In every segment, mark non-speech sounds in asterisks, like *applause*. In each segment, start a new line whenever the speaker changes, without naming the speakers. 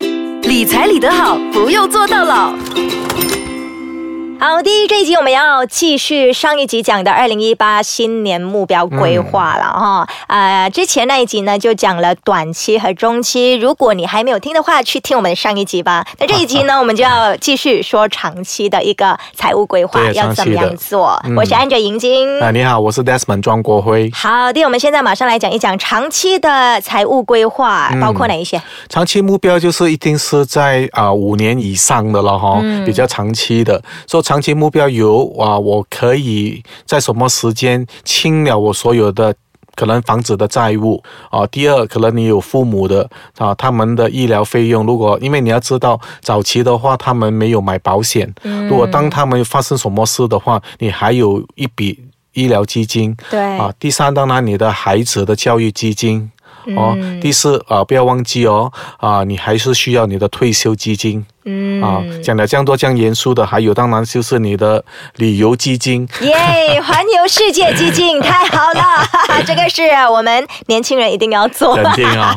理财理得好，不用做到老。
好的，这一集我们要继续上一集讲的二零一八新年目标规划了哈、呃，之前那一集呢就讲了短期和中期，如果你还没有听的话，去听我们的上一集吧。那这一集呢，我们就要继续说长期的一个财务规划
对
要怎么
长期
样
的嗯
做。我是安哲银晶。
*laughs* 啊，你好，我是 Desmond 庄国辉。
好的，我们现在马上来讲一讲长期的财务规划，
嗯
包括哪一些？
长期目标就是一定是在啊五、年以上的了哈，比较长期的。说长期目标有啊、我可以在什么时间清了我所有的。可能房子的债务啊、第二，可能你有父母的啊，他们的医疗费用，如果因为你要知道，早期的话他们没有买保险，如果当他们发生什么事的话，你还有一笔医疗基金，
对
啊，第三，当然你的孩子的教育基金。
嗯
哦，第四啊、不要忘记哦，啊、你还是需要你的退休基金
嗯，
啊、讲了这样多这样严肃的，还有当然就是你的旅游
*laughs*
基金。
耶！环游世界基金太好了，
*laughs*
这个是我们年轻人一定要做。
肯定啊，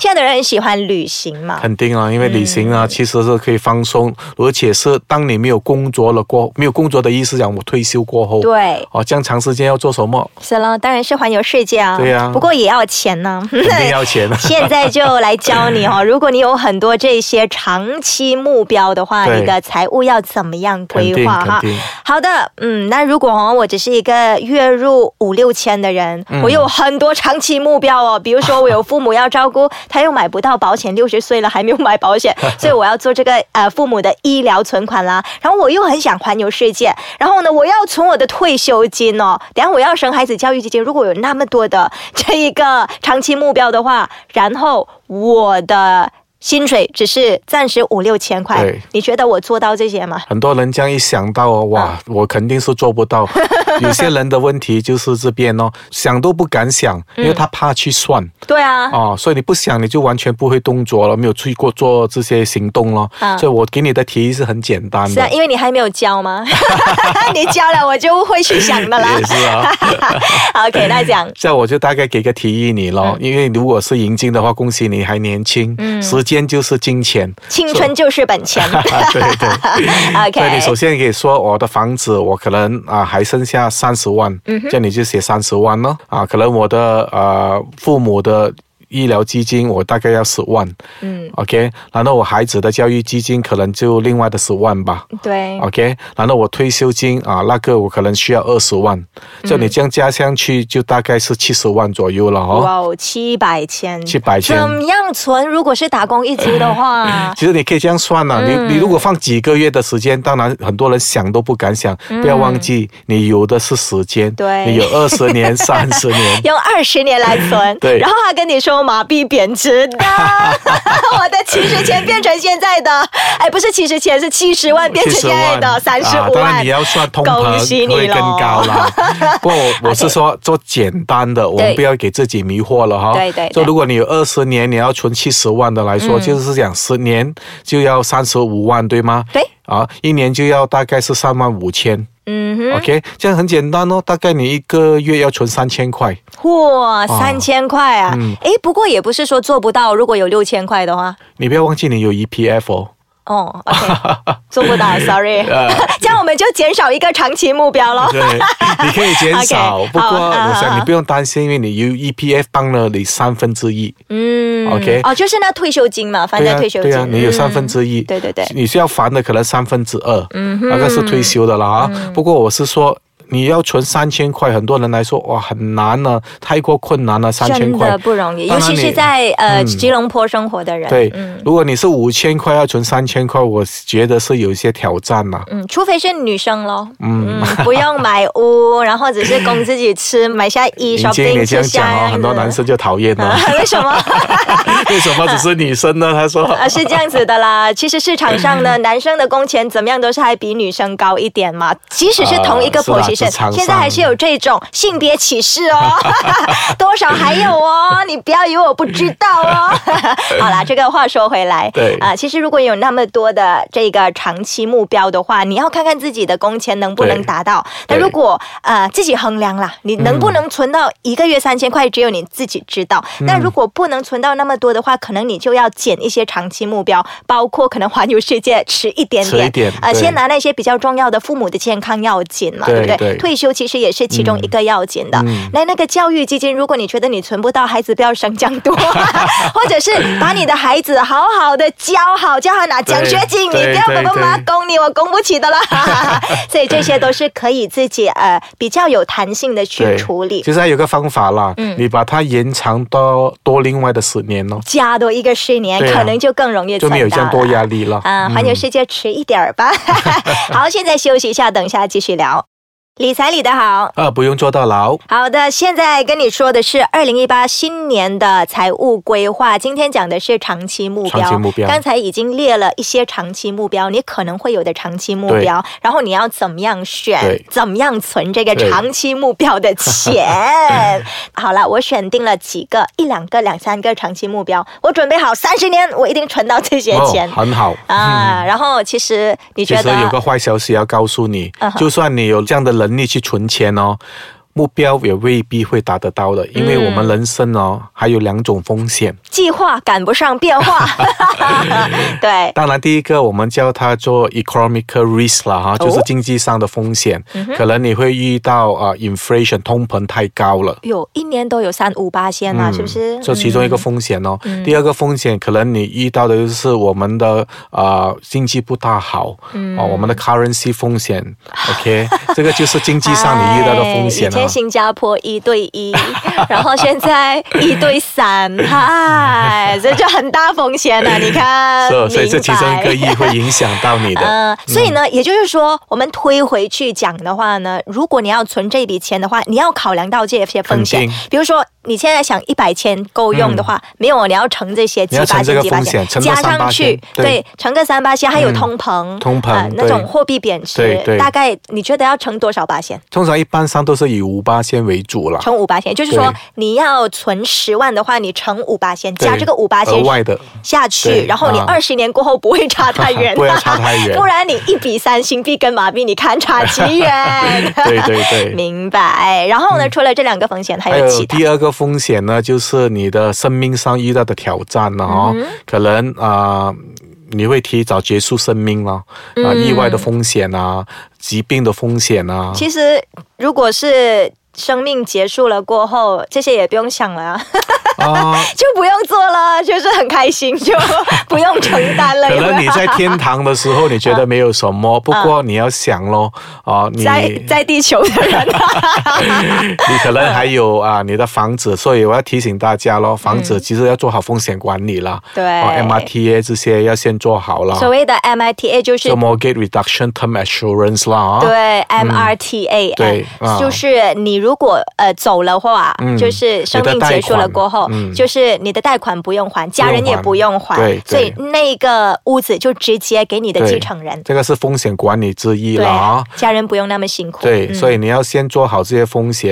现在的人很喜欢旅行嘛，
肯定啊，因为旅行
嗯
啊，其实是可以放松，而且是当你没有工作了过，没有工作的意思讲，我退休过后，
对，
哦，这样长时间要做什么？
是了，当然是环游世界啊。
对呀
不过也要钱呢、
肯定要钱啊。
*laughs* 现在就来教你
*laughs*
哦，如果你有很多这些长期目标的话，
对
你的财务要怎么样规划哈
肯定肯定？
好的，嗯，那如果哦，我只是一个月入五六千的人，我有很多长期目标 *laughs* 哦，比如说我有父母要照顾，他又买不到保险，六十岁了还没有买保 *laughs* 险，所以我要做这个呃父母的医疗存款啦。然后我又很想环游世界，然后呢，我要存我的退休金哦，等下我要生孩子教育基金。如果有那么多的 *laughs* 这一个长期目标的话，然后我的。薪水只是暂时五六千块
对，
你觉得我做到这些吗？
很多人这样一想到
嗯
哦，哇，我肯定是做不到。
*laughs*
有些人的问题就是这边哦，想都不敢想，因为他怕去算
对嗯啊，
哦，所以你不想，你就完全不会动作了，没有去过做这些行动咯。
啊
所以我给你的提议是很简单
是
的
啊，，因为你还没有教吗？ *laughs* 你教了，我就会去想的啦
*laughs* 也。是
*laughs*
啊。
OK，那讲
这样我就大概给个提议你
嗯
咯，因为如果是银金的话，恭喜你还年轻，时间就是金
*laughs*
钱。
青春就是本
*laughs*
钱。
对对。所以你
OK，
首先可以说我的房子我可能啊、还剩下三十万，
嗯
这样你就写三十万咯。啊，可能我的呃父母的。医疗基金我大概要十万，嗯，OK，然后我孩子的教育基金可能就另外的十万吧，
对，
OK，然后我退休金啊，那个我可能需要二十万，
嗯
就你这样加上去就大概是七十万左右了哦。
哇哦，七百千，
700千，
怎么样存？如果是打工一族的话
*laughs* 其实你可以这样算了、你你如果放几个月的时间，当然很多人想都不敢想，不要忘记你有的是时间，
对
你有二十年、三十年。
用二十年来存，
对
然后他跟你说马币贬值
*laughs*
的，我的七十千变成现在的，哎，不是七十千，是七十万变成现在的三十
啊
五
当
万
然你。要算通
恭喜
膨
你
会
咯
更高
*laughs*
啦。不过我我是说做简单的，我们不要给自己迷惑了哈。
对对对嗯
就如果你有二十年，你要存七十万的来说，就是讲十年就要三十五万，对吗？
对。
啊，一年就要大概是三万五千。
嗯哼。
OK，这样很简单哦，大概你一个月要存三千块。
哇，三千块啊！
嗯
诶，不过也不是说做不到，如果有六千块的话，
你不要忘记你有 EPF 哦。 *laughs*
哦，OK，做不到，sorry。这
啊
*laughs* 样我们就减少一个长期目标咯。
对，你可以减少
*laughs* OK，
不过
好啊好
我
好
想你不用担心，因为你有 EPF 帮了你三分之一。
嗯
OK
哦，就是那退休金嘛，反
对
正
啊，
退休金，
对啊，你有三分
嗯
之一，
对对嗯对
你需要还的可能三分之二，那个是退休的了啊。
嗯
不过我是说。你要存三千块，很多人来说哇很难呢、太过困难了，三千
真
块
的不容易，
当
尤
然
其
你嗯
是在呃吉隆坡生活的人，嗯
对。如果你是五千块要存三千块，我觉得是有一些挑战啊啦、
嗯，除非是女生咯，嗯，不用买屋，然后只是供自己吃，
*laughs*
买下衣
林经
shopping
你这
吃啊
样
下这
讲
样
哦，
子
很多男生哦就讨厌了
*laughs* 啊。为什么？
为什么只是女生呢？他说 *laughs*
啊，是这样子的啦。其实市场上呢，男生的工钱怎么样都是还比女生高一点嘛。即使是同一个
啊是啦
position，、
职场上
现在还是有这种性别歧视哦， *laughs* 多少还有哦。你不要以为我不知道哦。 *laughs* 好啦，这个话说回来，
对
啊，其实如果有那么多的这个长期目标的话，你要看看自己的工钱能不能
对
达到。那
对嗯
如果呃自己
嗯
衡量啦，你能不能存到一个月三千块，只有你自己知道。那如果不能存到那么多的话，可能你就要减一些长期目标，包括可能环游世界迟一点
迟
点，
一点
呃，
对
先拿那些比较重要的父母的健康要紧嘛，对不对？
对对嗯
退休其实也是其中一个要紧的。那那个教育基金，如果你觉得你存不到，孩子不要生将
*laughs*
多，或者是把你的孩子好好的教好，教他拿奖学金，你
对
不要
对
爸爸妈妈
对
供你，我供不起的
*laughs*
啦。所以这些都是可以自己呃比较有弹性的去
对
处理。
其实还有个方法啦，
嗯
你把它延长到多另外的十年哦，
加多一个十年，
对啊
可能就更容易
就
赚到
没有这样多
了
压力嗯了。
啊，环游世界迟一点儿吧。 *laughs* 好，现在休息一下，等一下继续聊。理财理得好，
啊，不用坐到牢。
好的，现在跟你说的是二零一八新年的财务规划，今天讲的是长期目标。
长期目标
刚才已经列了一些长期目标，你可能会有的长期目标，然后你要怎么样选
对，
怎么样存这个
对
长期目标的钱。
*laughs*
好了，我选定了几个，一两个、两三个长期目标，我准备好三十年，我一定存到这些钱。
哦很好。嗯
啊，然后其实你
其
觉
实
得
有个坏消息要告诉你
嗯，哼
就算你有这样的能力去存钱哦。目标也未必会达得到的，因为我们
嗯
人生哦，还有两种风险。
计划赶不上变化，
*laughs*
对，
当然，第一个我们叫它做 economic risk 啦，哈，
哦
就是经济上的风险，
嗯
可能你会遇到啊、呃 inflation 通膨太高了。
有一年都有三五八仙嘛，啊是不是？
嗯
嗯
这其中一个风险哦。第二个风险，可能你遇到的就是我们的呃经济不大好，
嗯
哦，我们的 currency 风险，OK，这个就是经济上你遇到的风险
哎以
啊
前。新加坡一对一，然后现在一对三，嗨，这就很大风险了、你看，
是，所以这
明
其中一
白
个意会影响到你的。
嗯，所以呢，也就是说，我们推回去讲的话呢，如果你要存这笔钱的话，你要考量到这些风险
肯定。嗯
比如说，你现在想一百千够用的话，没有，你要乘这些
你
七
要
八
乘这
千、
个
几八
风险
千，
乘个
加
3-8
上去，
对嗯
对，乘个三八千，还有通膨，
通膨
呃那
对
种货币贬值
对，对
大概你觉得要乘多少八千？
通常一般上都是以五八先为主啦，
乘五八千，就是
对
说你要存十万的话，你乘五八千，
对
加这个五八千
额外
*laughs*
的。
下去，
对
然后你
啊
二十年过后不会差太远，
*laughs* 不会差太
*laughs*
远
不然你一比三新币跟马币，你看差
*laughs*
极远。
对对对。
*laughs*
嗯
明白。然后呢，除了这两个风险，还
还
有
有
其他
第二个风险呢，就是你的生命上遇到的挑战
嗯
了哦，可能啊、呃你会提早结束生命了，啊、
嗯
意外的风险啊，疾病的风险啊，
其实如果是。生命结束了过后，这些也不用想了啊， *laughs*
啊、
就不用做了，就是很开心，就不用承担了。
可
有没有嗯
能你在天堂的时候，你觉得没有
*laughs*
什么，不过你要想咯，啊、你
在在地球的人，
*laughs*
啊
你可能还有啊，你的房子，所以我要提醒大家咯，房子其实要做好风险管理啦，
嗯对
哦，MRTA 这些要先做好啦，
所谓的 MITA 就是
哦做 mortgage reduction term assurance 啦，啊，
对，MRTA，、
对啊
就是你如果呃走了话，
嗯
就是生命结束了过后，
你的贷款嗯嗯
就是你的贷款不用还，家人也不用还，
对
所以
对
那个屋子就直接给你的继承人，
这个是风险管理之一
对
了啊。
家人不用那么辛苦，
对，
嗯
所以你要先做好这些风险、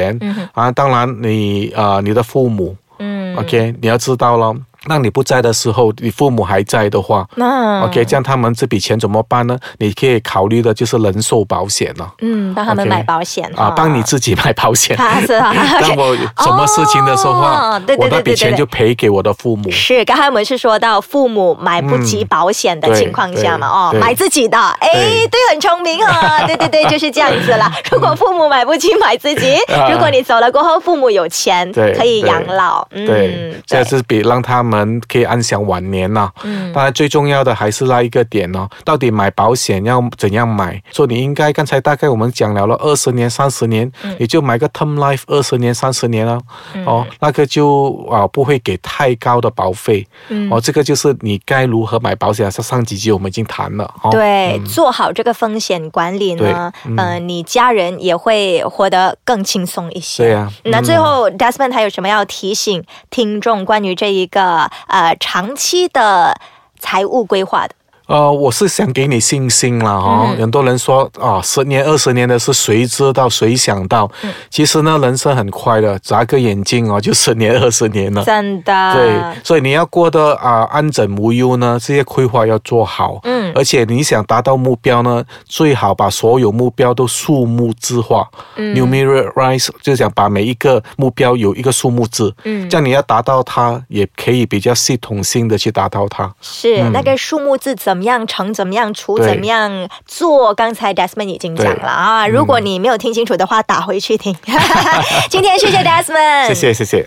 啊。当然你，啊，你的父母、
嗯，
o k 你要知道咯。当你不在的时候，你父母还在的话、
那
o k 这样他们这笔钱怎么办呢？你可以考虑的就是人寿保险了、
嗯，帮他们
OK
买保险
啊，
*laughs*
帮你
哈
自己买保险。
啊是
*laughs*
啊
当
，OK
我什么事情的时候啊，
哦对对对
我那笔
对对
钱
对
就赔给我的父母。
是，刚才我们是说到父母买不起保险的
嗯
情况下嘛，哦，
对对
买自己的，哎，
对嗯
对，很聪明
*laughs*
啊，对对对，就是这样子啦。如果父母买不起，买自己；
啊
如果你走了过后，父母有钱，
对
可以养老，嗯，
对，这
对
样是比让他们可以安享晚年呐、
嗯
当然最重要的还是那一个点哦，到底买保险要怎样买？说你应该刚才大概我们讲了了二十年、三十年，你就买个 term life 二十年、三十年啊，哦，那个就啊不会给太高的保费，哦，这个就是你该如何买保险，上上几集我们已经谈了，哦，
对，做好这个风险管理呢，
嗯
呃，你家人也会活得更轻松一些。
对啊
那
嗯
最后，Desmond 还有什么要提醒听众关于这一个呃长期的财务规划的？
呃，我是想给你信心了哦。很多人说啊，十年、二十年的是谁知道、谁想到？其实呢，人生很快的，眨个眼睛哦，就 *laughs* 十年、二十年了。
真的，
啊对，所以你要过得啊、安枕无忧呢，这些规划要做好。
嗯
而且你想达到目标呢，最好把所有目标都数目字化、n u m e r i z e 就想把每一个目标有一个数目字，嗯，这样你要达到它，也可以比较系统性的去达到它。
是、那个数目字怎么样乘，怎么样除，
对
怎么样做？刚才 Desmond 已经讲了 *laughs* 啊，如果你没有听清楚的话，打回去听。今天谢谢 Desmond，
谢谢，谢谢。